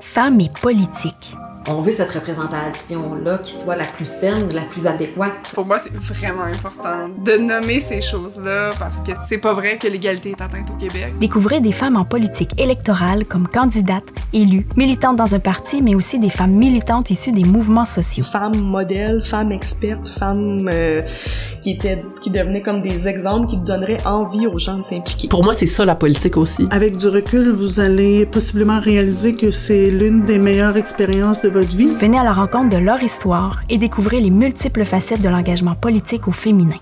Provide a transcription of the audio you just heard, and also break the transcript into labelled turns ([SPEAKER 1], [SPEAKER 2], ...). [SPEAKER 1] Femmes et politique.
[SPEAKER 2] On veut cette représentation-là qui soit la plus saine, la plus adéquate.
[SPEAKER 3] Pour moi, c'est vraiment important de nommer ces choses-là parce que c'est pas vrai que l'égalité est atteinte au Québec.
[SPEAKER 1] Découvrez des femmes en politique électorale comme candidates, élues, militantes dans un parti, mais aussi des femmes militantes issues des mouvements sociaux.
[SPEAKER 4] Femmes modèles, femmes expertes, femmes euh, qui étaient, qui devenaient comme des exemples qui donneraient envie aux gens de s'impliquer.
[SPEAKER 5] Pour moi, c'est ça la politique aussi.
[SPEAKER 6] Avec du recul, vous allez possiblement réaliser que c'est l'une des meilleures expériences de votre vie.
[SPEAKER 1] Venez à la rencontre de leur histoire et découvrez les multiples facettes de l'engagement politique au féminin.